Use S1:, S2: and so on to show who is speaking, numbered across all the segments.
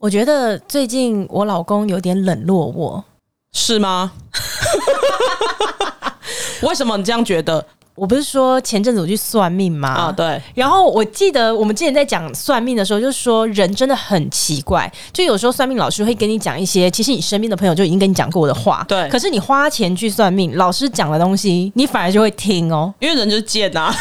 S1: 我觉得最近我老公有点冷落我，
S2: 是 吗？为什么你这样觉得
S1: 我不是说前阵子我去算命吗？
S2: 啊？对，
S1: 然后我记得我们之前在讲算命的时候，就说人真的很奇怪，就有时候算命老师会跟你讲一些，其实你身边的朋友就已经跟你讲过的话，
S2: 对。
S1: 可是你花钱去算命，老师讲的东西，你反而就会听哦
S2: 因为人就是贱啊，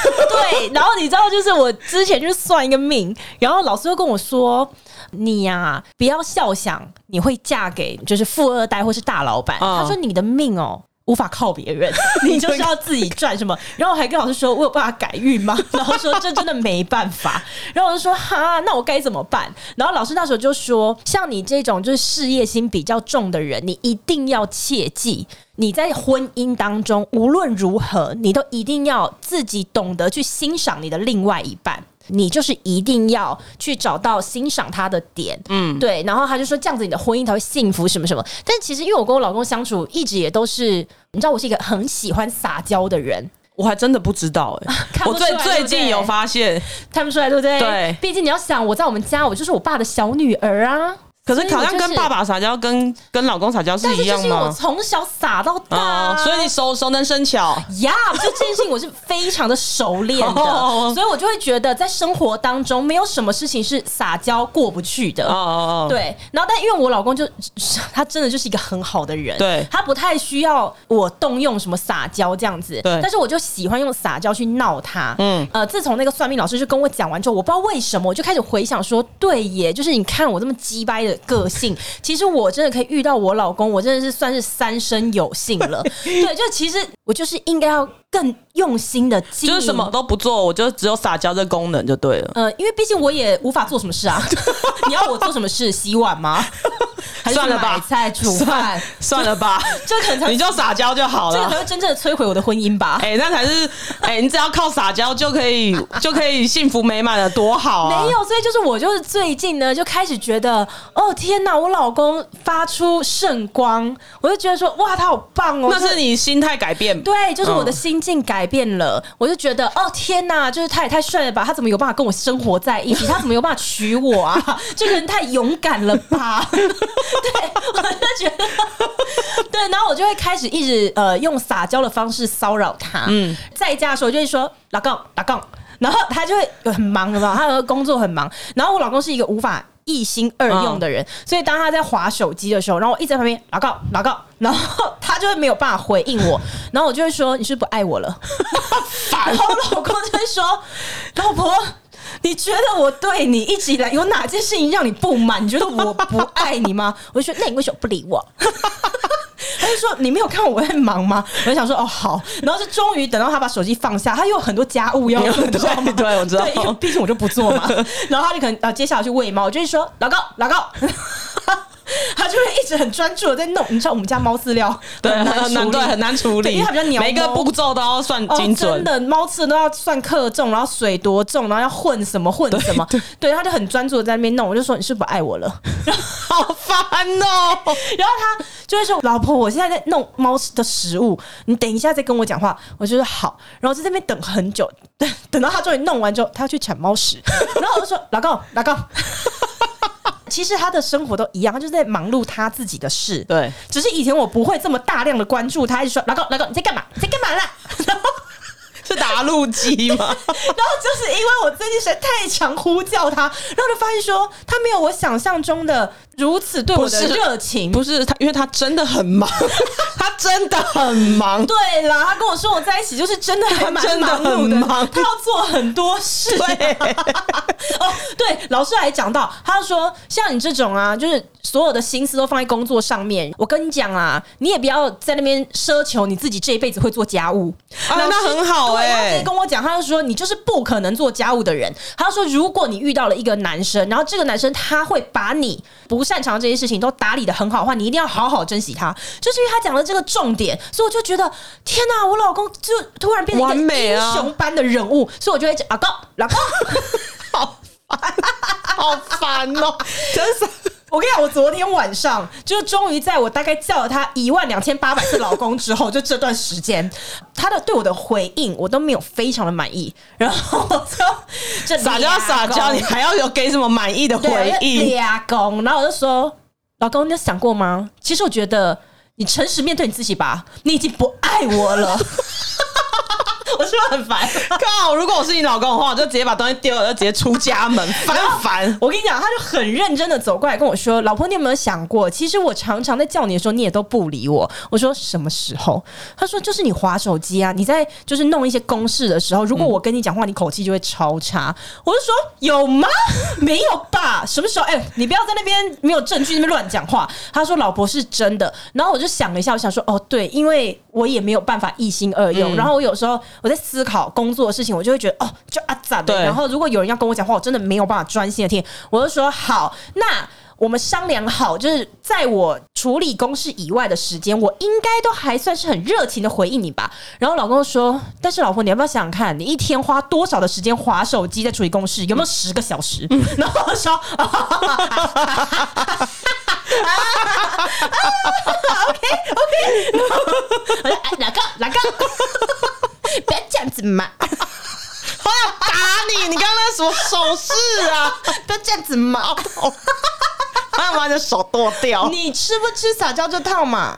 S1: 对，然后你知道，就是我之前去算一个命，然后老师就跟我说，你呀、不要笑想你会嫁给就是富二代或是大老板，
S2: 嗯
S1: 他说你的命哦。无法靠别人，你就是要自己赚什么。然后我还跟老师说，我有办法改运吗？ 然后说这真的没办法。然后我就说哈，那我该怎么办？然后老师那时候就说，像你这种就是事业心比较重的人，你一定要切记，你在婚姻当中无论如何，你都一定要自己懂得去欣赏你的另外一半。你就是一定要去找到欣赏他的点，嗯，对。然后他就说这样子你的婚姻才会幸福什么什么。但其实因为我跟我老公相处一直也都是，你知道我是一个很喜欢撒娇的人，
S2: 我还真的不知道哎、
S1: 看
S2: 我
S1: 不出来
S2: 最最
S1: 对不
S2: 近
S1: 对
S2: 有发现，
S1: 看不出来对不对？
S2: 对
S1: 毕竟你要想我在我们家，我就是我爸的小女儿啊。
S2: 可是
S1: 所以
S2: 好
S1: 我
S2: 像
S1: 就是
S2: 跟爸，爸撒娇跟跟老公撒娇是
S1: 但是
S2: 一
S1: 就
S2: 样
S1: 是因为我
S2: 吗？哦
S1: 从小撒到大啊、
S2: 所以你熟熟能生巧，
S1: 呀就这件事情我是非常的熟练的，
S2: 哦
S1: 所以我就会觉得在生活当中没有什么事情是撒娇过不去的。
S2: 哦哦哦，
S1: 对，然后但因为我老公就他真的就是一个很好的人，
S2: 对
S1: 他不太需要我动用什么撒娇这样子，
S2: 对
S1: 但是我就喜欢用撒娇去闹他，嗯，呃，自从那个算命老师就跟我讲完之后，我不知道为什么我就开始回想说，对耶，就是你看我这么鸡掰的个性，其实我真的可以遇到我老公，我真的是算是三生有幸 了，对，就其实我就是应该要更用心的经
S2: 就
S1: 营，
S2: 是什么都不做，我就只有撒娇这功能就对了。
S1: 呃，因为毕竟我也无法做什么 事啊。你要我做什么事？洗碗吗？还是去
S2: 算了吧
S1: 买菜、煮饭？
S2: 算了吧，
S1: 这可能才
S2: 你就撒娇就好
S1: 这个才
S2: 了。
S1: 会真正的摧毁我的婚姻吧？
S2: 哎、那才是哎、你只要靠撒娇就可以就可以幸福美满了，多好啊！
S1: 没有，所以就是我就是最近呢，就开始觉得，哦天哪，我老公发出圣光，我就觉得说，哇，他好棒哦！
S2: 那
S1: 就是
S2: 你心态改变。
S1: 对，就是我的
S2: 嗯
S1: 心境改变了，我就觉得哦天哪，就是他也太帅了吧，他怎么有办法跟我生活在一起？他怎么有办法娶我啊？ 这个人太勇敢了
S2: 啊
S1: 吧？对，我就觉得， 对，然后我就会开始一直呃用撒娇的方式骚扰他。嗯，在家的时候我就会说老公老公，然后他就会很忙的嘛，他的工作很忙，然后我老公是一个无法。一心二用的人，所以当他在划手机的时候，然后我一直在旁边老告老告，然后 他就会没有办法回应我，然后我就会说你是不是不爱我 了，然后我老公就会说老婆。你觉得我对你一直以来有哪件事情让你不满？你觉得我不爱你吗？ 我就说，那你为什么不理我？ 他就说：“你没有看我在忙吗？”我就想说：“哦，好。”然后就终于等到他把手机放下，他又有很多家务要做，你知道吗？
S2: 对对我知道
S1: 对，因为毕竟我就不做嘛。 然后他就可能啊，接下来去喂猫，我就会说：“老高，老高。” 他就会一直很专注的在弄，你知道我们家猫饲料
S2: 对，
S1: 很难
S2: 很难
S1: 处理
S2: 对很难处
S1: 对
S2: 理，
S1: 因为它比较鸟
S2: 每个
S1: 毛
S2: 步骤都要算精
S1: 哦、真
S2: 准。
S1: 的，猫吃的都要算克重，然后水多重，然后要混什么混什么。对，他就很专注的在那边弄。我就说你是不爱我了，
S2: 好烦哦、
S1: 然后他就会说：“老婆，我现在在弄猫的食物，你等一下再跟我讲话。”我就说好，然后在那边等很久， 等等到他终于弄完之后，他要去铲猫屎，然后我就说：“老公，老公。” 其实他的生活都一样，他就是在忙碌他自己的事。
S2: 对，
S1: 只是以前我不会这么大量的关注他，一直说：“老公，老公，你在干嘛？你在干嘛啦？” 然后
S2: 是打路机吗？
S1: 然后就是因为我最近实在太常呼叫他，然后就发现说他没有我想象中的如此对我
S2: 不
S1: 的
S2: 是
S1: 热情。
S2: 不是他，因为他真的很 忙，他真的很忙。
S1: 对啦，他跟我说我在一起就是真的还蛮
S2: 他真的
S1: 忙碌
S2: 很忙
S1: 他要做很多事。
S2: 对，
S1: 哦，对，老师还讲到，他说像你这种啊，就是所有的心思都放在工作上面。我跟你讲啊，你也不要在那边奢求你自己这一辈子会做家务。
S2: 啊
S1: 老师
S2: 那很
S1: 对他
S2: 好欸
S1: 直接跟我讲，他就说你就是不可能做家务的人。他说，如果你遇到了一个男生，然后这个男生他会把你不擅长这些事情都打理的很好的话，你一定要好好珍惜他。就是因为他讲了这个重点，所以我就觉得天哪、我老公就突然变成
S2: 完
S1: 一个
S2: 美
S1: 英
S2: 啊
S1: 雄般的人物，所以我就会啊讲老公，老公。
S2: 好烦哦、真是。
S1: 我我跟你讲，我昨天晚上就终于在我大概叫了他一万两千八百次老公之后，就这段时间，他的对我的回应我都没有非常的满意，然后我就 这
S2: 撒娇撒娇，你还要有给什么满意的回应？
S1: 俩公，然后我就说，老公，你有想过吗？其实我觉得你诚实面对你自己吧，你已经不爱我了。 我是不是很烦？
S2: 靠！如果我是你老公的话，我就直接把东西丢了，就直接出家 门，烦不烦？
S1: 我跟你讲，他就很认真的走过来跟我说：“老婆，你有没有想过，其实我常常在叫你的时候，你也都不理我。”我说：“什么时候？”他说：“就是你划手机啊，你在就是弄一些公事的时候，如果我跟你讲话，你口气就会超差。”我就说：“有吗？没有吧？什么时候？哎、你不要在那边没有证据那边乱讲话。”他说：“老婆是真的。”然后我就想了一下，我想说：“哦，对，因为我也没有办法一心二用。然后我有时候我在思考工作的事情，我就会觉得哦，就啊咋的？
S2: 对
S1: 然后如果有人要跟我讲话，我真的没有办法专心的听，我就说好，那。我们商量好，就是在我处理公事以外的时间，我应该都还算是很热情的回应你吧。然后老公说：“但是老婆，你要不要想想看，你一天花多少的时间划手机在处理公事？有没有十个小时？”
S2: 嗯
S1: 然后我说、o k OK，然后我说哎老公老公，不要这样子嘛，
S2: 我要打你！你刚刚那什么手势啊？
S1: 不要这样子嘛。
S2: 他把你的手剁掉！
S1: 你吃不吃撒娇这套嘛？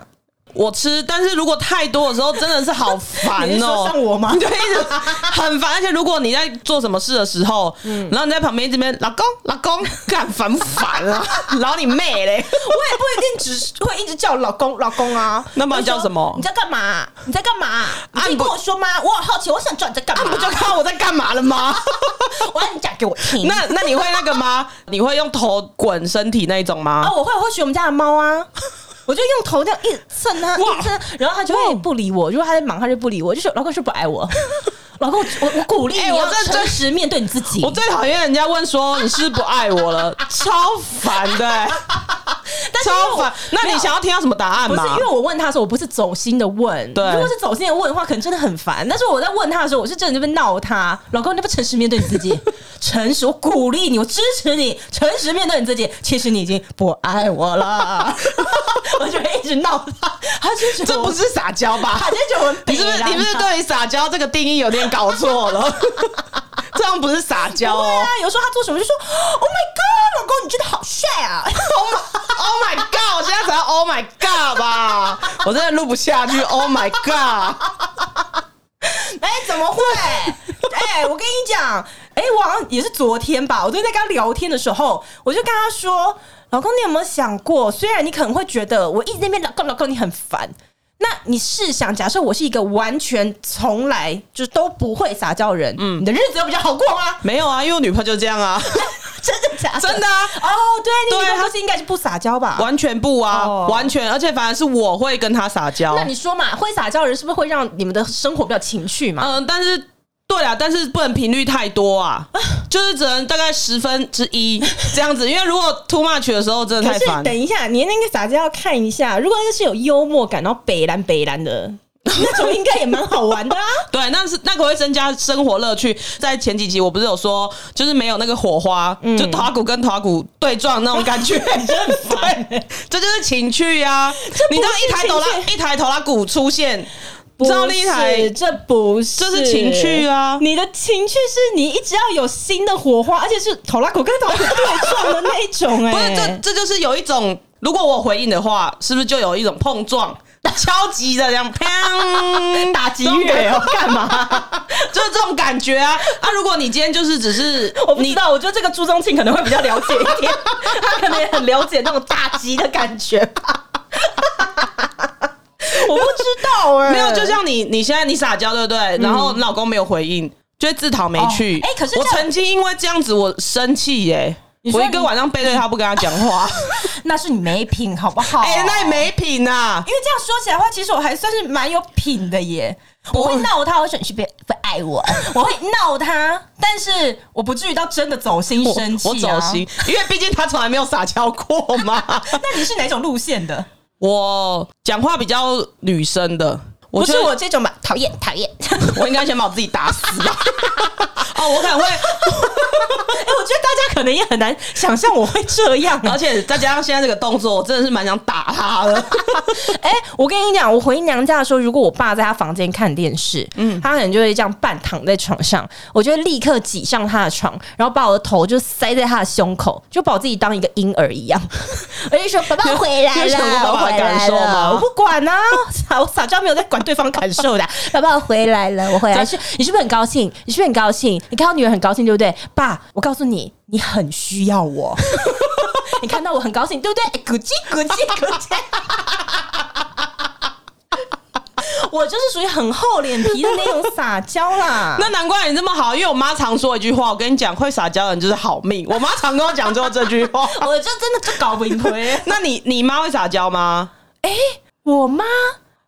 S2: 我吃，但是如果太多的时候，真的是好 烦
S1: 你是
S2: 哦、
S1: 说像我吗
S2: 你就一直很烦，而且如果你在做什么事的时候，
S1: 嗯
S2: 然后你在旁边一直边老公老 公，干烦不烦啊？然后你妹嘞，
S1: 我也不一定只是会一直叫老公老公啊。
S2: 那不然
S1: 我就说
S2: 叫什么
S1: 你在干嘛？你在干嘛？你自己
S2: 你不
S1: 跟我说吗？我很好奇，我想知道你在干
S2: 啊，
S1: 嘛。
S2: 不就看我在干嘛了吗？
S1: 我要你讲给我听。
S2: 那那你会那个吗？你会用头滚身体那一种吗
S1: 啊，？我会我会学我们家的猫啊。 我就用头这样一直蹭它，一
S2: 哇
S1: 直蹭它，然后它就会不理我。如果它在忙，它就不理我，就说老公是不是不爱 我。老公，我我我鼓励你
S2: 哎我
S1: 要
S2: 真的
S1: 诚实面对你自己。
S2: 我最讨厌人家问说你是不是不爱我了， 超烦的、欸
S1: 但是因为
S2: 超
S1: 我
S2: 烦。那
S1: 没
S2: 你
S1: 有
S2: 想要听到什么答案
S1: 不是，
S2: 吗
S1: 因？为我问他的时候，我不是走心的问。
S2: 对
S1: 如果是走心的问的话，可能真的很烦。但是我在问他的时候，我是真的在那边闹他。老公，你要不要诚实面对你自 己？诚实，我鼓励你，我支持你，诚实面对你自己。其实你已经不爱我 了， 我就一直闹他。他真觉得
S2: 这
S1: 我
S2: 不，是撒娇吧
S1: 他？真觉得我很
S2: 你是不是
S1: 北兰
S2: 你是不是
S1: 啊
S2: 对撒娇这个定义有点搞 错了？这样不是撒娇
S1: 对
S2: 哦
S1: 啊，有时候他做什么就说，Oh my God，老公你真的好帅啊！
S2: ！Oh my Oh my God！我现在才要 Oh my God 吧，我真的录不下去。Oh my God！
S1: 哎、怎么 会？哎、我跟你讲，哎、我好像也是昨天吧，我昨天在跟他聊天的时候，我就跟他说：“老公，你有没有想过，虽然你可能会觉得我一直在那边老公老公你很烦，那你试想，假设我是一个完全从来就都不会撒娇的人，嗯，你的日子有比较好过吗？
S2: 没有啊，因为我女朋友就这样啊，
S1: 真的假的？
S2: 真的啊。
S1: 哦，对，你
S2: 对啊
S1: 女朋友
S2: 他
S1: 不是应该是不撒娇吧？
S2: 完全不啊
S1: 哦
S2: 完全，而且反而是我会跟她撒娇。
S1: 那你说嘛，会撒娇的人是不是会让你们的生活比较情趣嘛？
S2: 嗯，但是对啊，但是不能频率太 多啊，就是只能大概十分之一这样子，因为如果 too much 的时候真的
S1: 可
S2: 太
S1: 是
S2: 烦。
S1: 等一下，你那个撒娇要看一下，如果那个是有幽默感，然后北蓝北蓝的 那种，应该也蛮好玩的 啊。
S2: 对，那是那个会增加生活乐趣。在前几集我不是有说，就是没有那个火花，
S1: 嗯
S2: 就塔骨跟塔骨对撞那种感 觉，
S1: 很烦
S2: 对，这就是情趣呀、啊。你
S1: 不
S2: 当
S1: 是
S2: 一抬头啦
S1: 情，
S2: 一抬头啦，骨出现，
S1: 不
S2: 知道另一台
S1: 是，这不是，
S2: 这是情趣啊
S1: 你的情趣是你一直要有新的火花，而且是头拉狗跟头拉狗对撞的那一种、
S2: 不
S1: 哎，
S2: 是这这就是有一种，如果我回应的话，是不是就有一种碰撞？敲击的这 样，砰，
S1: 打击乐哦，干 嘛？
S2: 就是这种感觉啊！啊，如果你今天就是只是
S1: 我不知道，我觉得这个朱宗庆可能会比较了解一点， 他可能也很了解那种打击的感觉 吧。我不知道哎、嗯
S2: 没有，就像你你现在你撒娇对不对？然后你老公没有回应，就会自讨没趣。
S1: 哦哎可是这
S2: 我
S1: 样
S2: 曾经因为这样子我生气耶、
S1: 你说
S2: 我
S1: 你哦
S2: 一个晚上背对他不跟他讲 话，
S1: 那是你没品好不好？
S2: 哎、那也没品呐、啊。
S1: 因为这样说起来的话，其实我还算是蛮有品的耶。我会闹他，我说你是不是不爱我， 我会闹他，但是我不至于到真的走心
S2: 我
S1: 生气、啊
S2: 我走。心，因为毕竟他从来没有撒娇过 嘛。
S1: 那你是哪种路线的？
S2: 我讲话比较女生的，我
S1: 不
S2: 觉
S1: 是
S2: 得
S1: 我这种吧，讨厌讨厌。哎、
S2: 我应该先把我自己 打死吧。哦，我可能会，
S1: 哎我觉得大家可能也很难想象我会这样啊
S2: 而。且再加上现在这个动作，我真的是蛮想打他的。
S1: 哎、我跟你讲，我回娘家的时候，如果我爸在他房间看电视，嗯，他可能就会这样半躺在床上，我就会立刻挤上他的床，然后把我的头就塞在他的胸口，就把我自己当一个婴儿一 样。我就说：“爸爸我回来
S2: 你有想过
S1: 了，
S2: 爸
S1: 我
S2: 爸的
S1: 回来
S2: 感受吗
S1: 了。”我 不管啊，我撒我撒娇没有在管对方感受的。 爸爸我回来了，我回来是，你是不是很高兴？你是不是很高兴？你看到女儿很高兴，对不对？爸，我告诉你，你很需要 我。你看到我很高兴，对不对？哎咕叽咕叽咕 叽。我就是属于很厚脸皮的那种撒娇 啦。
S2: 那难怪你这么好，因为我妈常说一句话，我跟你讲，会撒娇的人就是好命。我妈常跟我讲过这句话。
S1: 我就真的就搞不明白。
S2: 那你你妈会撒娇吗？
S1: 我妈，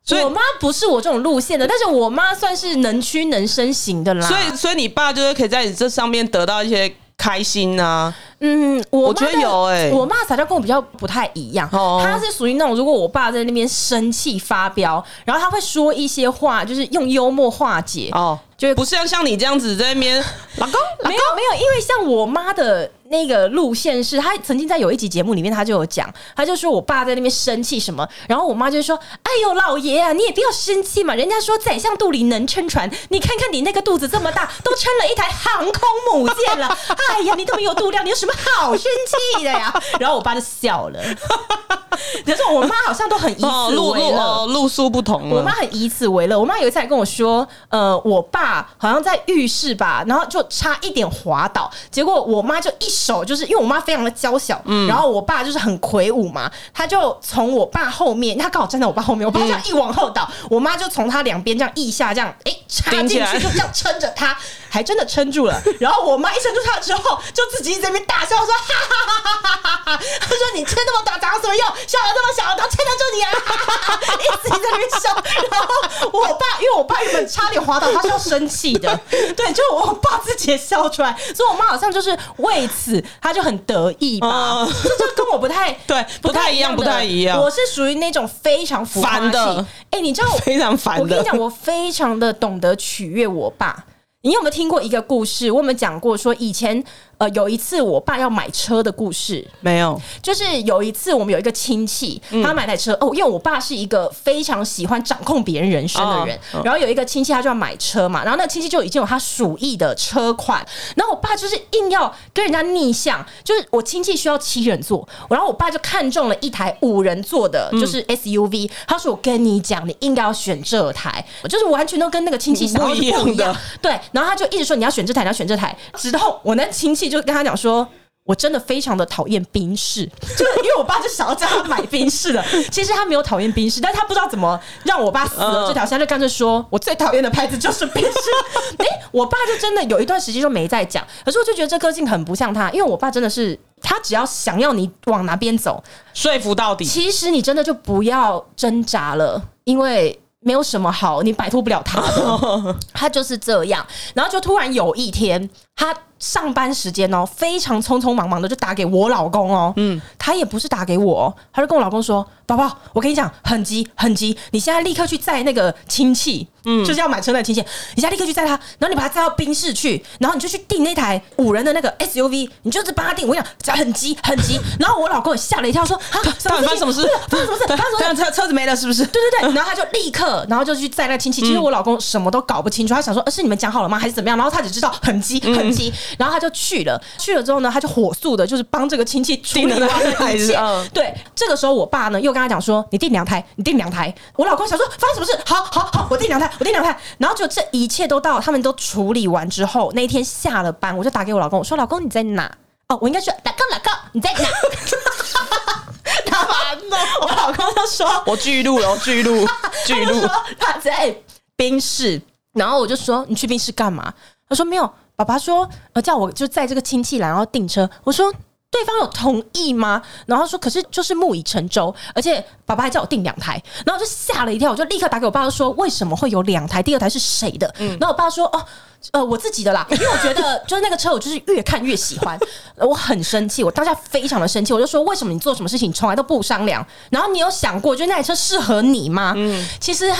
S2: 所以
S1: 我妈不是我这种路线的，但是我妈算是能屈能伸型的啦。
S2: 所以所以你爸就是可以在你这上面得到一些开心啊。
S1: 嗯，我
S2: 我觉得
S1: 妈的
S2: 有欸
S1: 我妈撒娇跟我比较不太一样，
S2: 哦
S1: 她是属于那种如果我爸在那边生气发飙，然后她会说一些话，就是用幽默化解，
S2: 哦，
S1: 就会
S2: 不是像像你这样子在那边，老 公
S1: 没有没有，因为像我妈的那个路线是，她曾经在有一集节目里面，她就有讲，她就说哎我爸在那边生气什么，然后我妈就说：“哎呦，老爷啊，你也不要生气嘛，人家说宰相肚里能撑船，你看看你那个肚子这么大，都撑了一台航空母舰 了，哎呀，你都没有肚量，你有什么好生气的呀？”然后我爸就笑了，可是我妈好像都很以
S2: 哦，
S1: 此
S2: 路
S1: 为
S2: 路
S1: 乐。
S2: 哦路数不同
S1: 我妈
S2: 了。
S1: 很以此为乐。我妈有一次还跟我说，呃，我爸好像在浴室吧，然后就差一点滑倒，结果我妈就一手就是因为我妈非常的娇小，
S2: 嗯
S1: 然后我爸就是很魁梧嘛，他就从我爸后面，他刚好站在我爸后面，我爸这
S2: 嗯
S1: 样一往后倒，我妈就从他两边这样腋下这样，哎、插
S2: 顶
S1: 进
S2: 起来
S1: 去就这样撑着他，还真的撑住了。然后我妈一撑住他之后，就自己在那边大笑说，哈他说：“你吃那么短，长有什么用？小孩那么小，都撑得住你啊！”一直在那边笑。然后我爸，因为我爸原本差点滑倒，他是要生气的，对，就我爸自己也笑出来，所以我妈好像就是为此，她就很得意吧
S2: 嗯，
S1: 这就跟我啊不 太
S2: 对不太一样不太一样
S1: 我是属于那种非常浮夸
S2: 烦的
S1: 型，哎，你知道我
S2: 非常烦的
S1: 我跟你讲，我非常的懂得取悦我爸。你有没有听过一个故事？我有没有讲过说以前呃有一次我爸要买车的故事？
S2: 没有，
S1: 就是有一次，我们有一个亲戚，
S2: 嗯
S1: 他买台车、哦，因为我爸是一个非常喜欢掌控别人人生的人，
S2: 哦哦
S1: 然后有一个亲戚他就要买车嘛，然后那个亲戚就已经有他属意的车款，然后我爸就是硬要跟人家逆向，就是我亲戚需要七人座，然后我爸就看中了一台五人座的，
S2: 嗯
S1: 就是 SUV，、他说我跟你讲，你应该要选这台，就是完全都跟那个亲戚想要的
S2: 不一样的
S1: 不一样，对，然后他就一直说你要选这台，你要选这台，直到我那亲戚就跟他讲说。我真的非常的讨厌宾士，就是因为我爸就想要叫他买宾士了。其实他没有讨厌宾士，但他不知道怎么让我爸死了这条线，他就干脆说我最讨厌的牌子就是宾士。哎、我爸就真的有一段时间就没在讲，可是我就觉得这个性很不像他，因为我爸真的是他只要想要你往哪边走，
S2: 说服到底。
S1: 其实你真的就不要挣扎了，因为没有什么好你摆脱不了他的，他就是这样。然后就突然有一天，他上班时间哦，非常匆匆忙忙的就打给我老公哦，嗯，他也不是打给我、哦，他就跟我老公说：“宝宝，我跟你讲，很急很急，你现在立刻去载那个亲戚，嗯，就是要买车那个亲戚，你现在立刻去载他，然后你把他载到宾士去，然后你就去订那台五人的那个 SUV，你就是帮他订。我跟你讲，很急很急。然后我老公也吓了一跳，说：啊，
S2: 到底发生什么事
S1: 对发生什么事？
S2: 对
S1: 发生什么
S2: 对
S1: 事？
S2: 车车子没了是不是？
S1: 对对对，然后他就立刻，然后就去载那亲戚。
S2: 嗯
S1: 其实我老公什么都搞不清楚，他想说，呃，是你们讲好了吗，还是怎么样？然后他只知道很急
S2: 嗯
S1: 很急，然后他就去了。去了之后呢，他就火速的，就是帮这个亲戚处理
S2: 订了那
S1: 完
S2: 台
S1: 一
S2: 是
S1: 切
S2: 嗯。
S1: 对，这个时候我爸呢又跟他讲说，你订两台，你订两台。我老公想说，发生什么事？好好好，我订两台，我订两台。然后就这一切都到他们都处理完之后，那一天下了班，我就打给我老公，我说老公你在哪？哦，我应该说老公老公你 在哪？ 他烦了，我
S2: 哦
S1: 老公就说
S2: 我巨鹿了，我巨 鹿，巨
S1: 他就
S2: 鹿
S1: 说。他在冰室，然后我就说你去冰室干嘛？他说没有，爸爸说呃叫我就载这个亲戚来，然后订车。我说。对方有同意吗？然后他说，可是就是木已成舟，而且爸爸还叫我订两台，然后我就吓了一跳，我就立刻打给我爸说，为什么会有两台？第二台是谁的？然后我爸说，哦，呃，我自己的啦，因为我觉得就是那个车，我就是越看越喜欢，呃我很生气，我当下非常的生气，我就说，为什么你做什么事情从来都不商量？然后你有想过，就那台车适合你吗？其实。你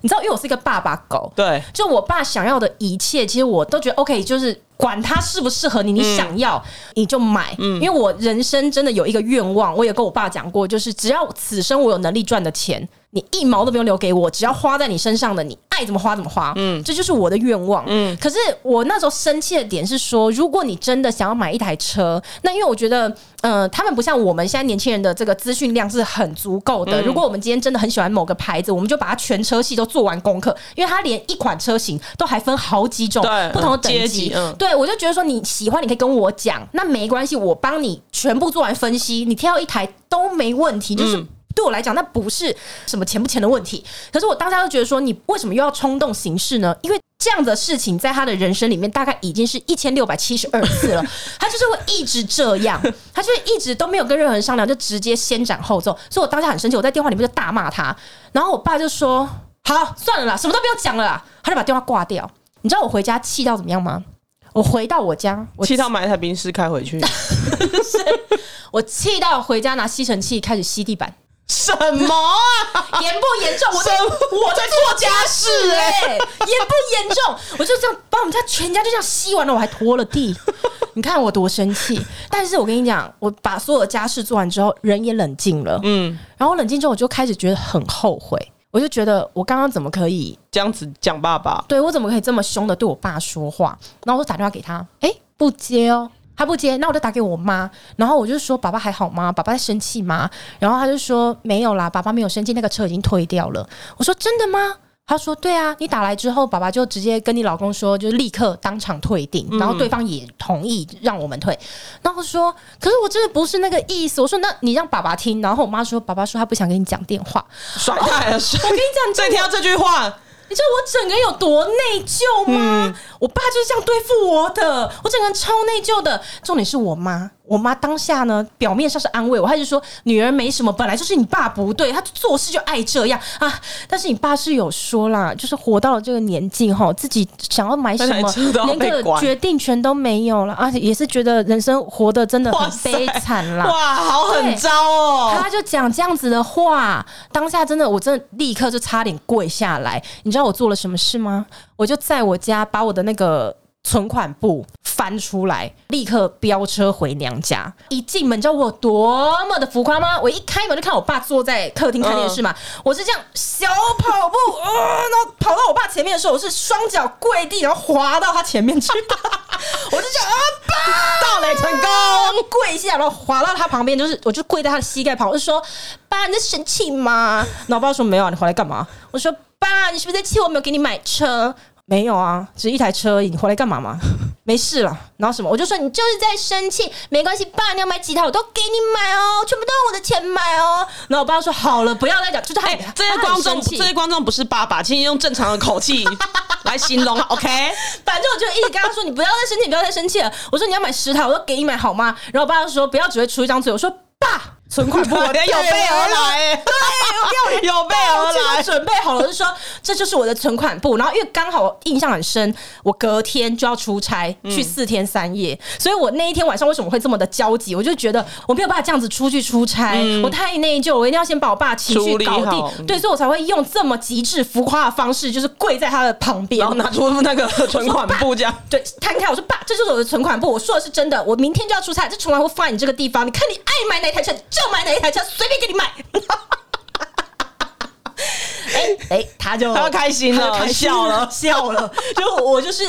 S1: 你知道，因为我是一个爸爸狗，
S2: 对，
S1: 就我爸想要的一切，其实我都觉得 OK，就是管他适不适合你，你想要、你就买。因为我人生真的有一个愿望，我也跟我爸讲过，就是只要此生我有能力赚的钱，你一毛都不用留给我，只要花在你身上的，你爱怎么花怎么花。嗯，这就是我的愿望。嗯，可是我那时候生气的点是说，如果你真的想要买一台车，那因为我觉得，呃，他们不像我们现在年轻人的这个资讯量是很足够
S2: 嗯
S1: 的。如果我们今天真的很喜欢某个牌子，我们就把它全车系都做完功课，因为它连一款车型都还分好几种
S2: 对
S1: 不同的等
S2: 阶
S1: 级
S2: 级。嗯
S1: 对我就觉得说你喜欢，你可以跟我讲，那没关系，我帮你全部做完分析，你挑一台都没问题，就是。对我来讲，那不是什么钱不钱的问题。可是我当下就觉得说，你为什么又要冲动行事呢？因为这样的事情在他的人生里面大概已经是一千六百七十二次了，他就是会一直这样，他就是一直都没有跟任何人商量，就直接先斩后奏。所以我当下很生气，我在电话里面就大骂他。然后我爸就说：“好，算了啦，什么都不用讲了啦。”他就把电话挂掉。你知道我回家气到怎么样吗？我回到我家，我
S2: 气到买一台冰室开回去，
S1: 我气到回家拿吸尘器开始吸地板，
S2: 什么啊？
S1: 严不严 重？我在
S2: 什么我在做家事哎、
S1: 哎、严不严重？我就这样把我们家全家就这样吸完了，我还拖了 地。你看我多生气！但是我跟你讲，我把所有的家事做完之后，人也冷静了。
S2: 嗯，
S1: 然后冷静之后，我就开始觉得很后悔。我就觉得我刚刚怎么可以，
S2: 这样子讲爸爸，
S1: 对我怎么可以这么凶的对我爸说话？然后我就打电话给他，哎、不接哦，他不接。那我就打给我妈，然后我就说：“爸爸还好吗？爸爸在生气吗？”然后他就说：“没有啦，爸爸没有生气，那个车已经退掉了。”我说：“真的吗？”他说：“对啊，你打来之后，爸爸就直接跟你老公说，就是立刻当场退订，然后对方也同意让我们退。然后我说：“可是我真的不是那个意思。”我说：“那你让爸爸听。”然后我妈说：“爸爸说他不想跟你讲电话。
S2: 甩太了，甩
S1: 哦我跟你 讲，你知道我
S2: 再听到这句话，
S1: 你知道我整个人有多内疚吗？
S2: 嗯
S1: 我爸就是这样对付我的，我整个人超内疚的。重点是我妈，我妈当下呢，表面上是安慰我，她就说女儿没什么，本来就是你爸不对，他做事就爱这样啊。但是你爸是有说啦，就是活到了这个年纪哈，自己想要买什
S2: 本来知道
S1: 么，连
S2: 被
S1: 个
S2: 管
S1: 决定权都没有了，而且也是觉得人生活得真的
S2: 哇
S1: 很
S2: 塞
S1: 悲惨啦。
S2: 哇，好
S1: 对
S2: 狠招哦！
S1: 他就讲这样子的话，当下真的，我真的立刻就差点跪下来。你知道我做了什么事吗？我就在我家把我的那个存款簿翻出来，立刻飙车回娘家。一进门，你知道我有多么的浮夸吗？我一开门就看我爸坐在客厅看电视嘛，我是这样小跑步，呃，然后跑到我爸前面的时候，我是双脚跪地，然后滑到他前面去， 我就这样啊，
S2: 到垒成功，
S1: 刚跪下，然后滑到他旁边，就是我就跪在他的膝盖旁，我就说：“爸，你在生气吗？”然后我爸说：“没有啊，你回来干嘛？”我说：“爸，你是不是在气我没有给你买车？”没有啊，只是一台车而已，你回来干嘛嘛？没事了，然后什么？我就说你就是在生气，没关系，爸，你要买几台我都给你买哦，全部都用我的钱买哦。然后我爸说好了，不要再讲，就是他、
S2: 哎、这些
S1: 他很
S2: 观众，
S1: 生气
S2: 这些观众不是爸爸，请你用正常的口气 来形容，OK？
S1: 反正我就一直跟他说：“你不要再生气，你不要再生气了。”我说：“你要买十台，我都给你买好吗？”然后我爸就说：“不要只会出一张嘴。”我说：“爸，存款不
S2: 我的有备而 来、哎
S1: 对，
S2: 有备而来，
S1: 准备好了，我就说这就是我的存款簿。然后因为刚好我印象很深，我隔天就要出差去四天三夜，所以我那一天晚上为什么会这么的焦急？我就觉得我没有办法这样子出去出差，我太内疚，我一定要先把我爸情绪
S2: 处理
S1: 搞
S2: 好
S1: 定。对，所以我才会用这么极致浮夸的方式，就是跪在他的旁边，
S2: 然后拿出那个存款簿这样。
S1: 对，摊开我说爸，这就是我的存款簿，我说的是真的，我明天就要出差，这存款会放在你这个地方，你看你爱买哪一台车就买哪一台车，随便给你买。 哎哎、他就
S2: 他就开心了
S1: 他就开心
S2: 笑了
S1: 笑了。就我就是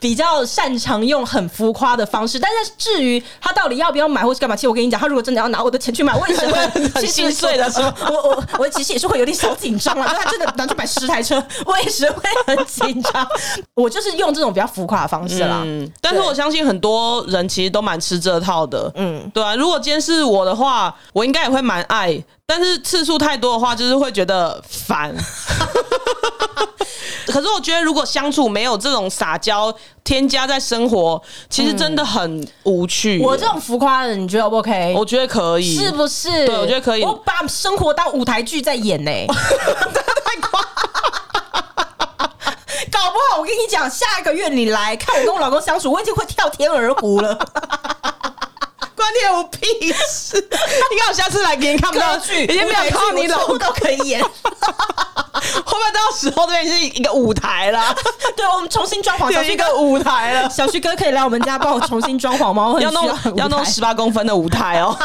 S1: 比较擅长用很浮夸的方式，但是至于他到底要不要买或是干嘛，其实我跟你讲，他如果真的要拿我的钱去买，我也是很
S2: 很心碎的时候
S1: 我我我其实也是会有点小紧张啊，但他真的拿去买十台车，我也是会很紧张。我就是用这种比较浮夸的方式啦。
S2: 嗯，但是我相信很多人其实都蛮吃这套的，嗯，对啊。如果今天是我的话，我应该也会蛮爱，但是次数太多的话，就是会觉得 烦。可是我觉得，如果相处没有这种撒娇添加在生活，其实真的很无趣。
S1: 嗯我这种浮夸的，你觉得 O 不 OK？
S2: 我觉得可以，
S1: 是不是？
S2: 对我觉得可以
S1: 我把生活当舞台剧在演呢、 搞不好我跟你讲，下一个月你来看我跟我老公相处，我已经会跳天鹅湖 了。
S2: 关你我屁事！ 你 看我下次来给你看不到
S1: 歌剧、
S2: 已经没有靠你老
S1: 舞台剧我全部都可以演。
S2: 会不会到时候那边是一个舞台啦，
S1: 对，我们重新装潢，小
S2: 有
S1: 旭
S2: 一
S1: 哥，
S2: 个舞台了，
S1: 小旭哥可以来我们家帮我重新装潢吗？我 很
S2: 要
S1: 需
S2: 弄
S1: 要
S2: 要弄
S1: 舞台
S2: 十八公分的舞 台哦。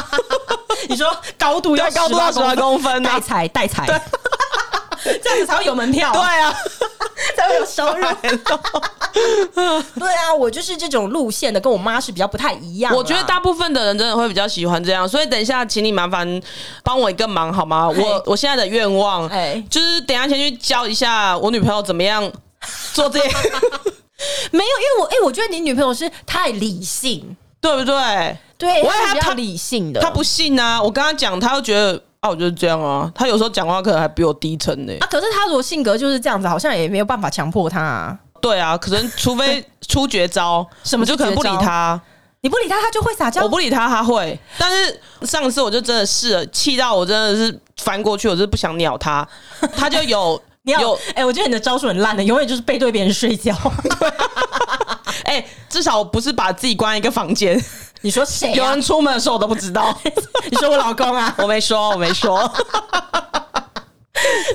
S1: 你说高度要
S2: 对高度要
S1: 18
S2: 18公分啊
S1: 带彩带彩， 这样子才会有门票，
S2: 对，啊，
S1: 才会有收入。 对啊，我就是这种路线的，跟我妈是比较不太一样啦。
S2: 我觉得大部分的人真的会比较喜欢这样，所以等一下，请你麻烦帮我一个忙好吗？我我现在的愿望，
S1: 哎
S2: 就是等一下先去教一下我女朋友怎么样做 这，
S1: 没有，因为我哎、我觉得你女朋友是太理性，
S2: 对不对？
S1: 对，
S2: 我以为
S1: 她是比
S2: 她
S1: 较理性的，
S2: 她不信啊，我跟她讲，她又觉得啊，我就是这样啊。她有时候讲话可能还比我低沉呢、
S1: 啊。可是她如果性格就是这样子，好像也没有办法强迫她、啊。
S2: 对啊，可能除非出绝招，
S1: 什么
S2: 我就可能不理
S1: 出绝招
S2: 她。
S1: 你不理她，她就会撒娇。
S2: 我不理他，他会。但是上次我就真的试了，气到我真的是翻过去，我就是不想鸟他。他就有
S1: 你要
S2: 有
S1: 哎、我觉得你的招数很烂的，永远就是背对别人睡 觉。
S2: 哎、至少我不是把自己关在一个房间，
S1: 你说谁、
S2: 有
S1: 啊
S2: 人？出门的时候我都不知道。
S1: 你说我老公啊？
S2: 我没说，我没说。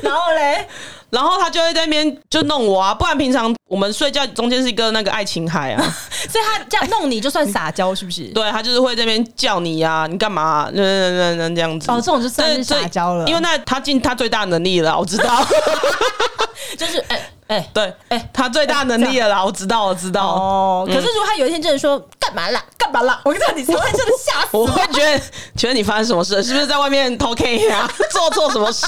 S1: 然后嘞，
S2: 然后他就会在那边就弄我啊，不然平常我们睡觉中间是一个那个爱琴海啊，
S1: 所以他这样弄你就算撒娇，是不是？
S2: 对他就是会在那边叫你啊，你干嘛、啊？那那那那这样子。
S1: 哦，这种就算
S2: 对
S1: 是
S2: 对
S1: 撒娇了，
S2: 因为那他尽他最大能力了，我知道。
S1: 就是哎哎
S2: 对，哎、
S1: 哎
S2: 他最大能力了啦，我知道，我知道。
S1: 哦。
S2: 嗯
S1: 可是如果他有一天真的说干嘛啦，干嘛啦，我跟你讲，你昨天真的吓死
S2: 我
S1: 我。
S2: 会啊觉得，觉得你发生什么事了？是不是在外面偷 K 啊？ 做错什么事？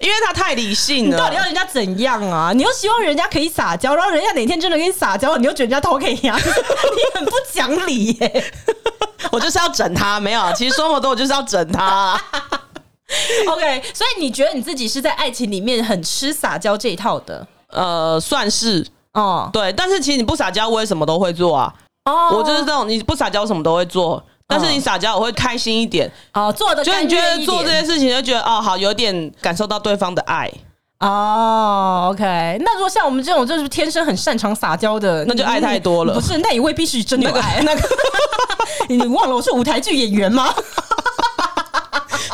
S2: 因为他太理性
S1: 你到底要
S2: 了。
S1: 人家怎样啊？你又希望人家可以撒娇，然后人家哪天真的跟你撒娇，你又觉得人家偷给你啊？ 你很不讲理耶、
S2: 我就是要整他，没有啊。其实说那么多，我就是要整他啊。
S1: OK，所以你觉得你自己是在爱情里面很吃撒娇这一套的
S2: 呃，算是
S1: 哦
S2: 对，但是其实你不撒娇，我也什么都会做啊。
S1: 哦，
S2: 我就是这种，你不撒娇，什么都会做。但是你撒娇，我会开心一点。
S1: 哦做的，
S2: 就是你觉得做这些事情，就觉得哦，好，有点感受到对方的爱，
S1: 哦，OK。那如果像我们这种就是天生很擅长撒娇的，
S2: 那
S1: 你
S2: 就爱太多了
S1: 不是，那也未必是真的有爱。那个， 你忘了我是舞台剧演员吗？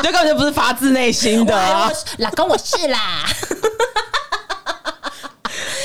S2: 这根本就不是发自内心 的、
S1: 哎
S2: 啊
S1: 我。是老公，我是啦。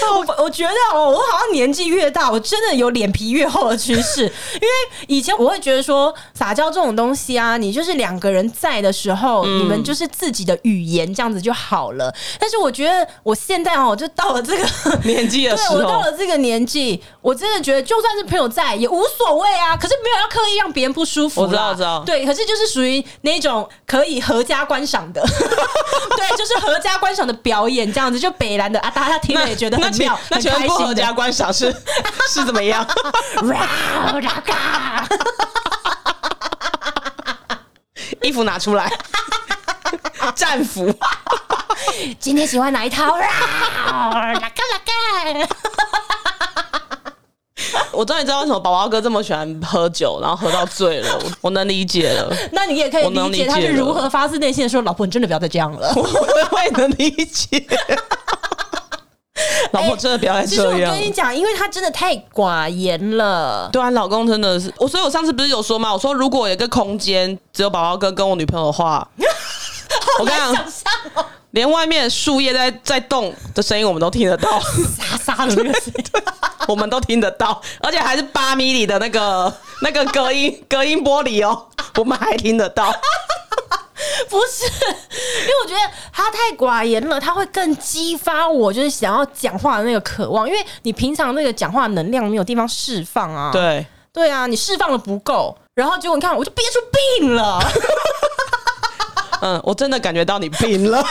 S1: 我我觉得哦，我好像年纪越大，我真的有脸皮越厚的趋 势。因为以前我会觉得说撒娇这种东西啊，你就是两个人在的时候，你们就是自己的语言这样子就好了。但是我觉得我现在哦，就到了这个
S2: 年纪的时
S1: 对我到
S2: 候，
S1: 了这个年纪，我真的觉得就算是朋友在也无所谓啊。可是没有要刻意让别人不舒服啦，
S2: 我知道我知道
S1: 对，可是就是属于那种可以合家观赏 的，对，就是合家观赏的表演这样子。就北兰的啊，大家听了也觉得
S2: 那
S1: 很
S2: 请
S1: 妙，
S2: 那
S1: 很
S2: 请问
S1: 开
S2: 不
S1: 心
S2: 合
S1: 的
S2: 家观赏 是是怎么样？
S1: 哇啦嘎
S2: 衣服拿出 来，战服，
S1: 今天喜欢哪一套？啊啦啦嘎啦嘎。
S2: 我终于知道为什么宝宝哥这么喜欢喝酒，然后喝到醉了，我我能理解了，
S1: 那你也可以
S2: 我能
S1: 理解
S2: 理
S1: 他
S2: 解
S1: 是如
S2: 了
S1: 何发自内心的说：“老婆，你真的不要再这样了。”
S2: 我我也能理解。老婆真的不要再
S1: 其实我
S2: 这样
S1: 跟。你讲，因为他真的太寡言了。
S2: 对啊，老公真的是我，所以我上次不是有说嘛，我说如果有一个空间只有宝宝哥跟我女朋友的 话，我跟你讲，
S1: 想象哦，
S2: 连外面的树叶在在动的声音我们都听 得到，
S1: 沙沙的那个声音
S2: 我们都听得到，而且还是八米里的那个那个隔音隔音玻璃哦，我们还听得到。
S1: 不是，因为我觉得他太寡言了，他会更激发我就是想要讲话的那个渴望，因为你平常那个讲话能量没有地方释放啊。
S2: 对，
S1: 对啊，你释放的不够，然后结果你看我就憋出病了。
S2: 嗯，我真的感觉到你病了。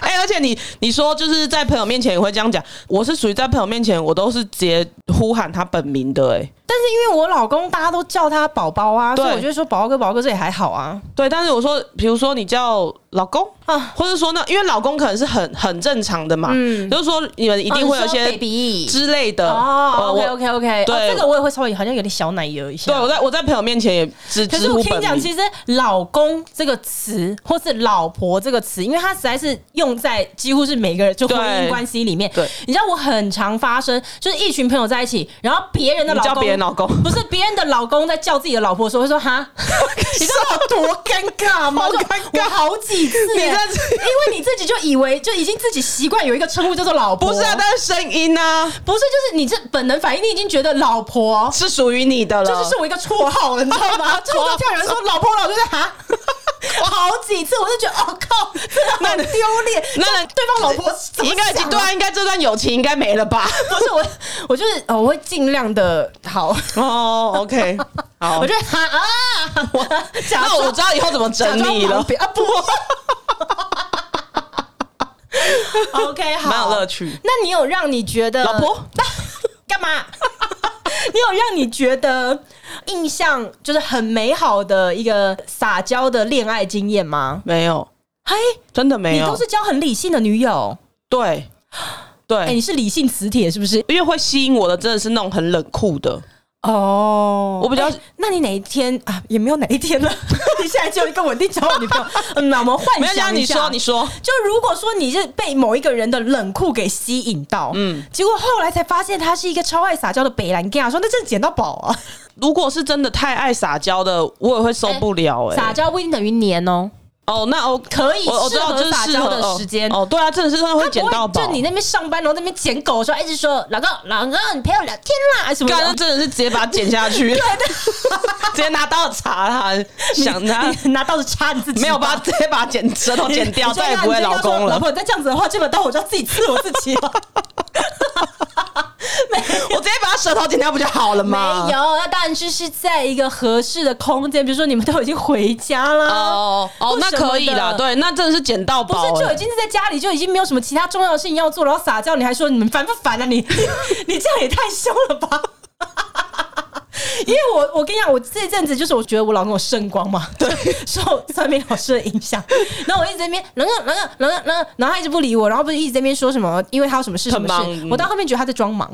S2: 哎、而且你你说就是在朋友面前也会这样讲，我是属于在朋友面前我都是直接呼喊他本名的、哎，
S1: 但是因为我老公大家都叫他宝宝啊，所以
S2: 对
S1: 我就说宝宝哥，宝宝哥这也还好啊。
S2: 对，但是我说，比如说你叫老公。
S1: 啊，
S2: 或者说呢，因为老公可能是很很正常的嘛，
S1: 嗯
S2: 就是说你们一定会有一些
S1: baby
S2: 之类的。
S1: 哦
S2: 呃我
S1: ，OK OK OK，
S2: 对
S1: 这个我也会稍微好像有点小奶油一下。
S2: 对我在我在朋友面前也只
S1: 可
S2: 直
S1: 是
S2: 呼
S1: 我跟
S2: 本
S1: 你讲，
S2: 名。
S1: 其实“老公”这个词，或是“老婆”这个词，因为它实在是用在几乎是每个人就婚姻
S2: 对
S1: 关系里面。
S2: 对
S1: 你知道我很常发生，就是一群朋友在一起，然后别人的
S2: 你
S1: 老
S2: 叫
S1: 公，
S2: 别人老 公
S1: 不是别人的老公在叫自己的老婆的时候，会说哈，你知道我多尴尬吗？
S2: 好
S1: 就
S2: 尴尬
S1: 我好几次、
S2: 你
S1: 欸，
S2: 在这
S1: 因为你自己己就以为就已经自己习惯有一个称呼叫做老婆，
S2: 不是啊，但是声音呢、啊
S1: 不是就是你这本能反应，你已经觉得老婆
S2: 是属于你的了。
S1: 就是是我一个绰号了，你知道 吗？就是都叫有人说老婆老，就是哈。好几次我就觉得，哦靠，真的很丢脸。
S2: 那
S1: 对方老婆怎么
S2: 应该已经
S1: 想
S2: 对啊，应该这段友情应该没了吧？
S1: 不是我，我就是哦，我会尽量的好，
S2: 哦，OK，好，
S1: 我就哈啊，我假
S2: 那我
S1: 装
S2: 知道以后怎么整理了，
S1: 啊 不。OK，好，
S2: 蛮有乐趣。
S1: 那你有让你觉得
S2: 老婆
S1: 干嘛？你有让你觉得印象就是很美好的一个撒娇的恋爱经验吗？
S2: 没有，
S1: 嘿，
S2: 真的没
S1: 你
S2: 有，
S1: 都是交很理性的女友，
S2: 对对、
S1: 哎、你是理性磁铁是不是？
S2: 因为会吸引我的真的是那种很冷酷的，
S1: 哦，
S2: 我比较
S1: 哎那你哪一天啊？也没有哪一天 了，你现在就有一个稳定交往女 朋友。嗯，那我们
S2: 没
S1: 幻
S2: 有，
S1: 想
S2: 哎你
S1: 一下，
S2: 说你说，
S1: 就如果说你是被某一个人的冷酷给吸引到，嗯，结果后来才发现他是一个超爱撒娇的北兰 gay 啊，说那真的捡到宝啊！
S2: 如果是真的太爱撒娇的，我也会受不了哎、
S1: 撒娇不一定欸等于黏哦，
S2: 哦，那哦
S1: 可以
S2: 我我知道
S1: 适合
S2: 就是
S1: 撒
S2: 适
S1: 娇
S2: 合
S1: 的时间
S2: 哦哦，对啊，真的是真的会
S1: 他
S2: 捡
S1: 不
S2: 到宝。
S1: 就你那边上班，然后在那边捡狗的时候，一直说老公老公，你陪我聊天啦什么
S2: 干，那
S1: 的。
S2: 真的是直接把它剪 下去，直接拿刀查他，想他
S1: 啊你拿刀子插你自己吧，
S2: 没有把它直接把它剪舌头剪掉，
S1: 你就
S2: 再也
S1: 跟他
S2: 不会
S1: 你就
S2: 老
S1: 跟他说
S2: 公
S1: 老
S2: 了。
S1: 婆，你再这样子的话，这把刀我就要自己刺我自己哦了。
S2: 我直接把他舌头剪掉不就好了
S1: 没
S2: 吗？
S1: 有，那当然就是在一个合适的空间，比如说你们都已经回家啦。
S2: 哦哦
S1: 或，
S2: 那
S1: 啊什么
S2: 可以啦，
S1: 的。
S2: 对，那真的是捡到
S1: 不是
S2: 宝、，
S1: 就已
S2: 欸。
S1: 经是在家里，就已经没有什么其他重要的事情要做，然后撒娇，你还说你们烦不烦啊？你 你这样也太凶了吧！ 因为我我跟你讲，我这一阵子就是我觉得我老公有圣光嘛， 对，受算命老师的影响，然后我一直在那边，然后然后然后然后然后他一直不理我，然后不是一直在那边说什么，因为他有什么事什
S2: 很
S1: 么
S2: 忙
S1: 事
S2: 嗯，
S1: 我到后面觉得他在装 忙，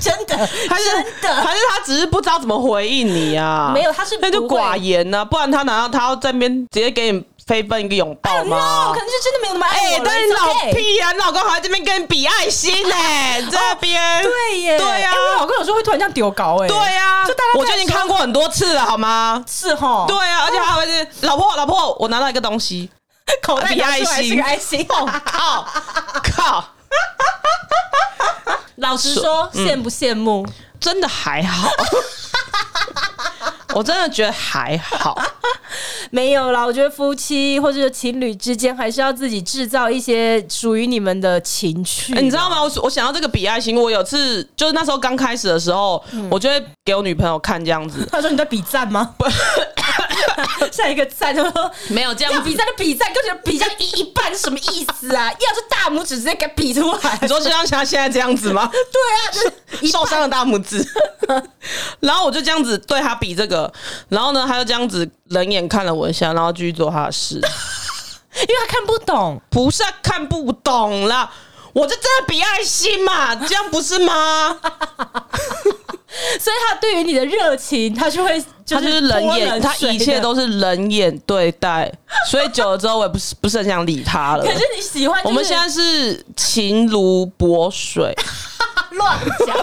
S1: 真的，
S2: 还是
S1: 真的
S2: 还是他只是不知道怎么回应你啊？
S1: 没有他是
S2: 那就
S1: 不会
S2: 寡言呐、啊，不然他难道他要在那边直接给你飞奔一个拥抱
S1: ，no，
S2: 吗
S1: 可？能是真的没有那么爱
S2: 哎、
S1: 我了
S2: 但你
S1: it's
S2: 老
S1: okay
S2: 屁啊呀、你老公还在这边跟你比爱心 呢、这边、
S1: 对耶，
S2: 对呀、
S1: 哎我老公有时候会突然这样丢高，哎，
S2: 对呀、
S1: 就大家
S2: 我就已经看过很多次了，好吗？
S1: 是哈，
S2: 对啊，而且还会是老婆，老婆，我拿到一个东西，
S1: 口袋
S2: 比
S1: 拿
S2: 爱
S1: 出来是
S2: 心
S1: 啊个，爱 心。哦
S2: 靠靠，
S1: 老实说，
S2: 嗯
S1: 羡不羡慕？
S2: 真的还 好，我真的觉得还 好，
S1: 没有啦，我觉得夫妻或者情侣之间，还是要自己制造一些属于你们的情趣。
S2: 欸你知道？吗？我我想到这个比爱心，我有次就是那时候刚开始的时候，
S1: 嗯
S2: 我就会给我女朋友看这样子，
S1: 他说你在比赞吗？ 下一个赞就说。
S2: 没有这
S1: 要比赞就比赞，跟着比赞一一半是什么意思啊？ 要是大拇指直接给比出来，
S2: 你说 就像像现在这样子吗？
S1: 对啊，就是一
S2: 受
S1: 半
S2: 伤的大拇指， 然后我就这样子对他比这个，然后呢，他就这样子冷眼看了我一下，然后继续做他的事。
S1: 因为他看不懂，
S2: 不是啊看不懂啦，我就真的比爱心 嘛，这样不是吗？
S1: 所以他对于你的热情，他就会就
S2: 他就是冷
S1: 泼
S2: 眼，他
S1: 水
S2: 一切
S1: 的
S2: 都是冷眼对待，所以久了之后我也不 是不是很想理他了
S1: 可。是你喜欢、就是，
S2: 我们现在是情如薄水，
S1: 乱讲。可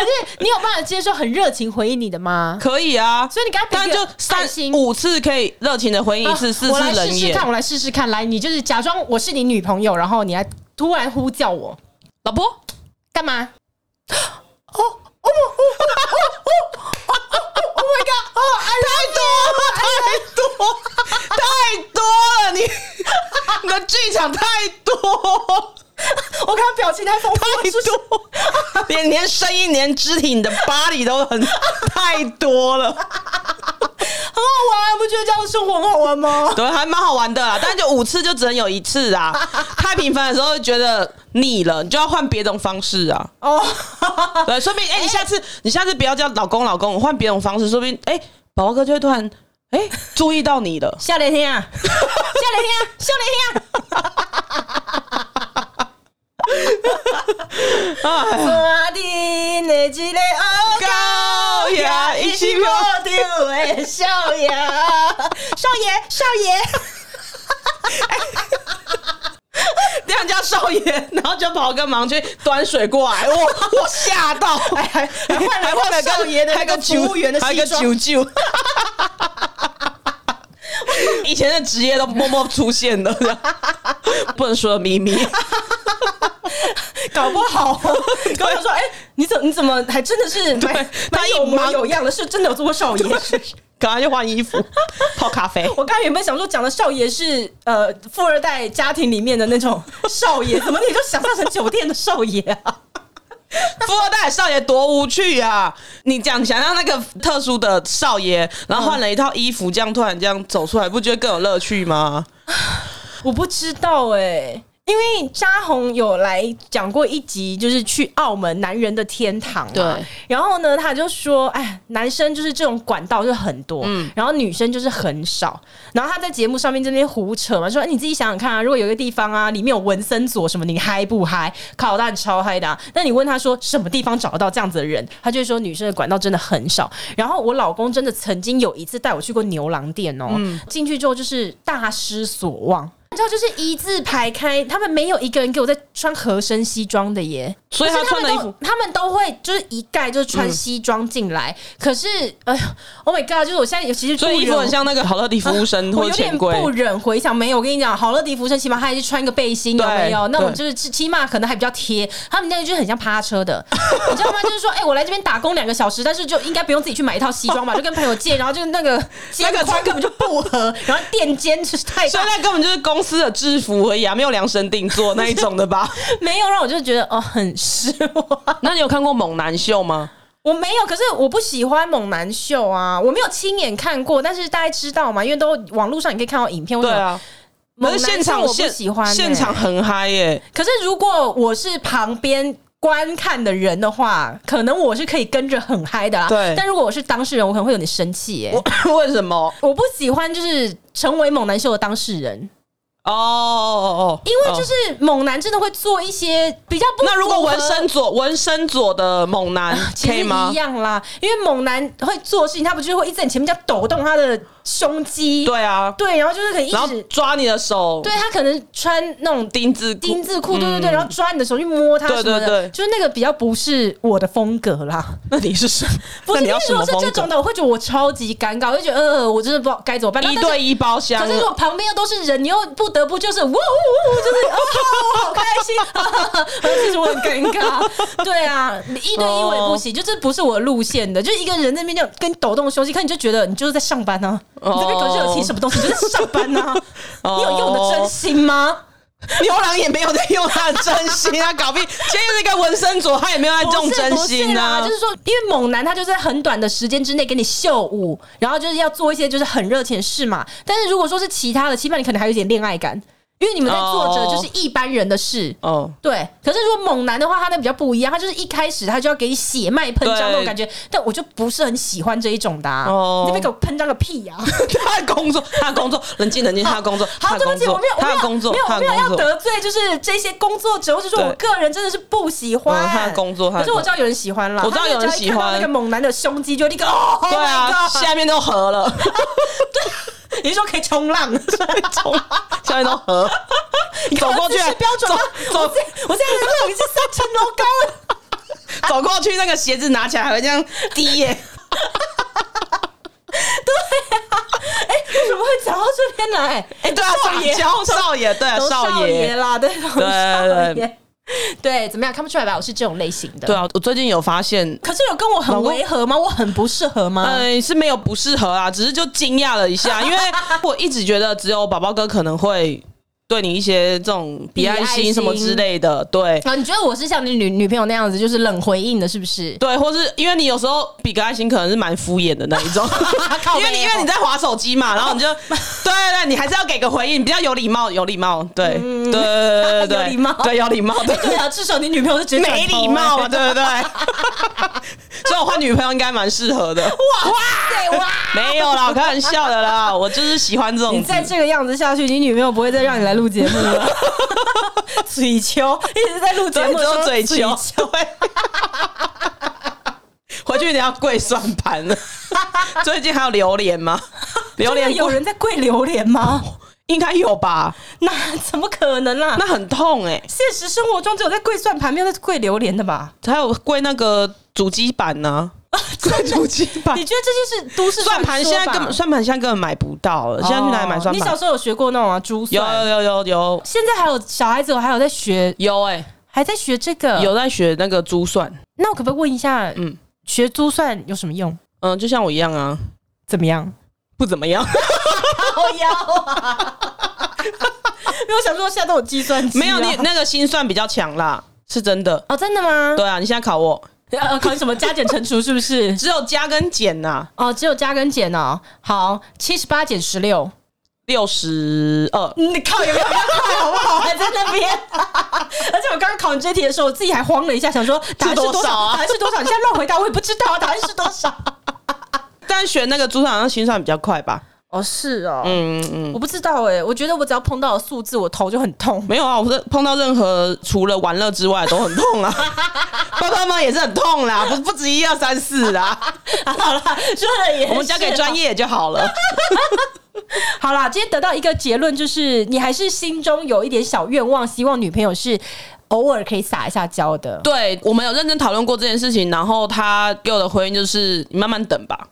S1: 是你有办法接受很热情回应你的吗？
S2: 可以啊，
S1: 所以你给他比
S2: 但
S1: 一个
S2: 就三
S1: 爱心
S2: 五次可以热情的回应一次，
S1: 啊
S2: 四
S1: 我来
S2: 次
S1: 试
S2: 冷
S1: 试
S2: 眼。
S1: 看，我来试试看。来，你就是假装我是你女朋友，然后你来突然呼叫我，
S2: 老婆，
S1: 干嘛？哦哦哦哦哦哦哦哦！Oh my god！哦，
S2: 太多了，太多， 太多了！你 你的剧场太多，
S1: 我看他表情太丰富了，
S2: 太多，连连声音、连肢体、你的 body 都很太多了。
S1: 很好玩，不觉得这样的生活很好玩吗？
S2: 对，还蛮好玩的啦，但就五次就只能有一次 啊。太频繁的时候就觉得腻了，你就要换别种方式啊。
S1: 哦，
S2: 对，说不定哎、你下次你下次不要叫老公老公，我换别种方式，说不定哎，宝宝哥就会突然哎、 注意到你了。
S1: 夏雷天啊，夏雷天啊，夏雷天啊！
S2: 哎，
S1: 我的那一个哦。
S2: 高雅一起 跑。
S1: 丢哎，少爷，少爷，少爷，
S2: 这样叫少爷，然后就跑个忙去端水过来，我我吓到，还还
S1: 换了
S2: 换了
S1: 少爷的那个
S2: 还有个
S1: 服务员的
S2: 还有个
S1: 西装
S2: 九九， 以前的职业都默默出现的， 这样不能说的秘密。
S1: 搞不好，跟我说，哎、你怎你怎么还真的是
S2: 对
S1: 蛮
S2: 他
S1: 蛮
S2: 一
S1: 有模
S2: 忙
S1: 有样的，是真的有做过少爷。
S2: 赶快去换衣 服，泡咖啡。
S1: 我刚才原本想说讲的少爷是呃富二代家庭里面的那种少爷，怎么你就想象成酒店的少爷啊？
S2: 富二代少爷多无趣啊！你讲想让那个特殊的少爷，然后换了一套衣服，这样突然这样走出来，不觉得更有乐趣吗？
S1: 我不知道哎、因为扎红有来讲过一集，就是去澳门男人的天堂嘛。啊
S2: 对
S1: 然后呢，他就说，哎，男生就是这种管道就是很多，
S2: 嗯
S1: 然后女生就是很少。然后他在节目上面这边胡扯嘛，说、哎你自己想想看啊，如果有一个地方啊，里面有文森佐什么，你嗨不嗨？烤蛋超嗨的、啊。那你问他说什么地方找得到这样子的人，他就会说女生的管道真的很少。然后我老公真的曾经有一次带我去过牛郎店哦，
S2: 嗯
S1: 进去之后就是大失所望。你知道，就是一字排开，他们没有一个人给我在穿合身西装的耶。
S2: 所以他
S1: 可是
S2: 穿的衣
S1: 们都
S2: 服，
S1: 他们都会就是一概就是穿西装进来。可是，哎呦，Oh my God！就是我现在尤其是
S2: 嗯所以衣服很像那个好乐迪服务生
S1: 我
S2: 或
S1: 有
S2: 者
S1: 点
S2: 钱柜。
S1: 不忍回想，没有，我跟你讲，好乐迪服生起码他还是穿个背心，有
S2: 对
S1: 没有？那种
S2: 对
S1: 就是起起码可能还比较贴。他们那个就是很像趴车的， 你知道吗？就是说，哎、我来这边打工两个小时，但是就应该不用自己去买一套西 装吧，就跟朋友借，然后就是那个肩
S2: 那个
S1: 宽根本就不合，然后垫肩就是太
S2: 所以
S1: 大，
S2: 那根本就是公司的制服而已啊，没有量身定做那一种的吧？
S1: 没有让我就觉得哦很失望。
S2: 那你有看过猛男秀吗？
S1: 我没有，可是我不喜欢猛男秀啊，我没有亲眼看过，但是大家知道嘛，因为都网络上你可以看到影片。
S2: 对，啊，可
S1: 猛
S2: 是
S1: 男
S2: 现
S1: 秀
S2: 场
S1: 我不
S2: 现
S1: 喜欢欸、
S2: 现场很嗨耶、
S1: 可是如果我是旁边观看的人的话，可能我是可以跟着很嗨的啦。
S2: 对
S1: 但如果我是当事人，我可能会有点生气耶、
S2: 我 为什么？
S1: 我不喜欢就是成为猛男秀的当事人，
S2: 哦哦哦，
S1: 因为
S2: 哦
S1: 就是猛男真的会做一些比较不
S2: 那如果
S1: 符合啊
S2: 纹身左纹身左的猛男
S1: 其
S2: 可
S1: 实
S2: 以吗
S1: 一？样啦，因为猛男会做事情，他不就是会一直在你前面这样抖动他的胸肌？
S2: 对啊，
S1: 对，然后就是可以一
S2: 然后
S1: 直
S2: 抓你的手，
S1: 对他可能穿那种
S2: 钉子
S1: 丁字裤，对对对，然后抓你的手去摸他什么的，
S2: 嗯对对对
S1: 就是那个比较不是我的风格啦。
S2: 那你是什么？
S1: 不
S2: 那
S1: 是，
S2: 你
S1: 因为
S2: 要什
S1: 如
S2: 么
S1: 果是
S2: 风
S1: 这种
S2: 格？
S1: 的，我会觉得我超级尴尬，我就觉得呃，我真的不知道该怎么办。那
S2: 一
S1: 但是
S2: 对一包厢
S1: 可，是如 果旁边又都是人，你又不得不就是哇呜呜，就是啊，我好开心， 其实我很尴尬。对啊，你一对一我也不行，就这不是我的路线的。就一个人在那边这样跟你抖动胸肌，看你就觉得你就是在上班呢、啊，你这边搞热情什么东西，你就在上班呢、啊，你有用我的真心吗？
S2: 牛郎也没有在用他的真心啊，搞屁！ 今天是一个纹身左，他也没有在用真
S1: 不是不是
S2: 心
S1: 啦
S2: 啊
S1: 就。是说，因为猛男他就是在很短的时间之内给你秀舞，然后就是要做一些就是很热情的事嘛。但是如果说是其他的，起码你可能还有一点恋爱感，因为你们在做着就是一般人的事。
S2: 哦，
S1: 对，可是如果猛男的话，他那比较不一样，他就是一开始他就要给你血脉喷张那种
S2: 对
S1: 感觉，但我就不是很喜欢这一种的、啊。
S2: 哦
S1: 你这边给我喷张个屁啊呀、
S2: 他的工作，他的工作，冷静冷静，他的工作，
S1: 好，
S2: 他
S1: 对
S2: 的
S1: 不
S2: 工
S1: 起，我
S2: 作
S1: 没有，，我没
S2: 他的
S1: 有，
S2: 工作
S1: 没有，，
S2: 他
S1: 我没
S2: 的
S1: 有要
S2: 工作。
S1: 得罪，就是这些工作者，或者说
S2: 对
S1: 我个人真的是不喜欢。
S2: 嗯他的工作他
S1: 可
S2: 的
S1: 是我知道有人喜欢啦，
S2: 我知道
S1: 他们
S2: 有人
S1: 只要一看
S2: 喜欢
S1: 到那个猛男的胸肌，就立刻哦，Oh
S2: 对
S1: my
S2: 啊，
S1: god！
S2: 下面都合了，
S1: 你是说可以冲浪？
S2: 从 下面都合，走过去
S1: 这是标准吗？
S2: 走
S1: 我这我这在有已经三层楼高了。 啊
S2: 走过去，那个鞋子拿起来还会这样 滴耶、
S1: 为什么会讲到这边来？
S2: 哎、对啊，
S1: 少爷
S2: 少少爷，对啊，
S1: 都少
S2: 爷
S1: 爷，啦，对，都 少
S2: 对
S1: 爷，对，怎么样？看不出来吧？我是这种类型的。
S2: 对，啊，我最近有发现，
S1: 可是有跟我很
S2: 老公
S1: 违和吗？我很不适合吗？
S2: 嗯、是没有不适合啊，只是就惊讶了 一下，因为我一直觉得只有宝宝哥可能会对你一些这种比爱
S1: 比爱心
S2: 心什么之类的，对。
S1: 啊，你觉得我是像你女女朋友那样子，就是冷回应的，是不是？
S2: 对，或是因为你有时候比个爱心可能是蛮敷衍的那一种
S1: 靠，
S2: 因为
S1: 背
S2: 你
S1: 哦
S2: 因为你在划手机嘛，然后 你就对对对，你还是要给个回应，比较有礼貌，有礼貌，对对对对对，
S1: 嗯 有礼貌
S2: 对有礼貌， 对
S1: 对啊，至少你女朋友是直接转头
S2: 没礼貌
S1: 欸啊
S2: 嘛，。对不对？ 所以我换女朋友应该蛮适合的。
S1: 哇塞哇！
S2: 没有啦，我开玩笑的啦，我就是喜欢这种
S1: 你
S2: 子。
S1: 再这个样子下去，你女朋友不会再让你来录节目了。嘴求一直在录节
S2: 对，
S1: 目
S2: 只
S1: 的时候
S2: 有嘴球
S1: 求，
S2: 对。 回去你要跪算盘 了。最近还有榴莲吗？榴
S1: 真的
S2: 莲
S1: 有人在跪榴莲 吗？
S2: 应该有吧？
S1: 那怎么可能啊啦、
S2: 那很痛哎、
S1: 现实生活中只有在跪算盘，没有在跪榴莲的吧？
S2: 还有跪那个主机板呢、 贵族鸡 排
S1: 你。觉得这些是都市
S2: 算盘现在根本
S1: 根
S2: 算盘现在根本买不到了，现在去哪里买
S1: 哦
S2: 算
S1: 你小
S2: 盘？
S1: 时候有学过那种啊珠
S2: 有
S1: 算？
S2: 有有有有
S1: 现在还有小孩子，我还有在学，
S2: 有哎、
S1: 还在学这个。
S2: 有在学那个珠算，
S1: 那我可不可以问一下，嗯
S2: 嗯，
S1: 学珠算有什么用？
S2: 嗯、就像我一样啊，
S1: 怎么样？
S2: 不怎么样。
S1: 好妖啊！因为我想说，现在都有计算机啊，
S2: 没 有你那个心算比较强啦，是真的。
S1: 哦，真的吗？
S2: 对啊，你现在考我，
S1: 呃，考你什么加减乘除是不 是？
S2: 只有加跟减啊呐、
S1: 哦，只有加跟减哦。好，七十八减十六，
S2: 六十二。
S1: 你靠有没有要快好不好？ 还在那边，而且我刚刚考你这题的时候，我自己还慌了一下，想说答案是多
S2: 是多
S1: 少？
S2: 少啊
S1: 答案是多少？你现在乱回答，我也不知 道答案是多少。
S2: 但学那个珠算好像心算比较快吧？
S1: 哦，是哦，
S2: 嗯嗯嗯，
S1: 我不知道哎、我觉得我只要碰到数字，我头就很痛。
S2: 没有啊，我是碰到任何除了玩乐之外都很痛啊， 爸爸妈妈也是很痛啦，不不止一二三四啦，
S1: 好啦，说的也
S2: 我们交给专
S1: 业。
S2: 业就好 了。
S1: 好啦，今天得到一个结论，就是你还是心中有一点小愿望，希望女朋友是偶尔可以撒一下娇的。
S2: 对，我们有认真讨论过这件事情，然后他给我的回应就是你慢慢等 吧。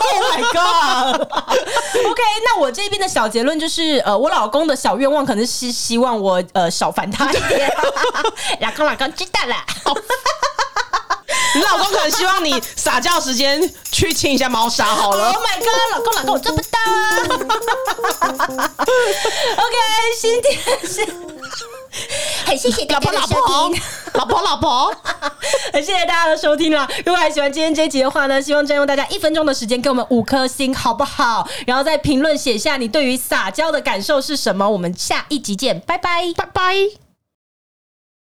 S1: Oh my god！OK，、那我这边的小结论就是，呃，我老公的小愿望可能是希望我呃少烦他一 点。老公，老公知道啦。
S2: 你老公可能希望你撒娇时间去清一下猫砂好
S1: Oh
S2: 了。
S1: my god！老公，老公，我做不到啊。OK，今天是。很谢谢大
S2: 老
S1: 家
S2: 婆
S1: 的
S2: 老
S1: 收
S2: 婆
S1: 听，
S2: 老婆老婆，
S1: 很谢谢大家的收听啦！如果还喜欢今天这一集的话呢，希望占用大家一分钟的时间给我们五颗星，好不好？然后在评论写下你对于撒娇的感受是什么。我们下一集见，拜拜，拜拜。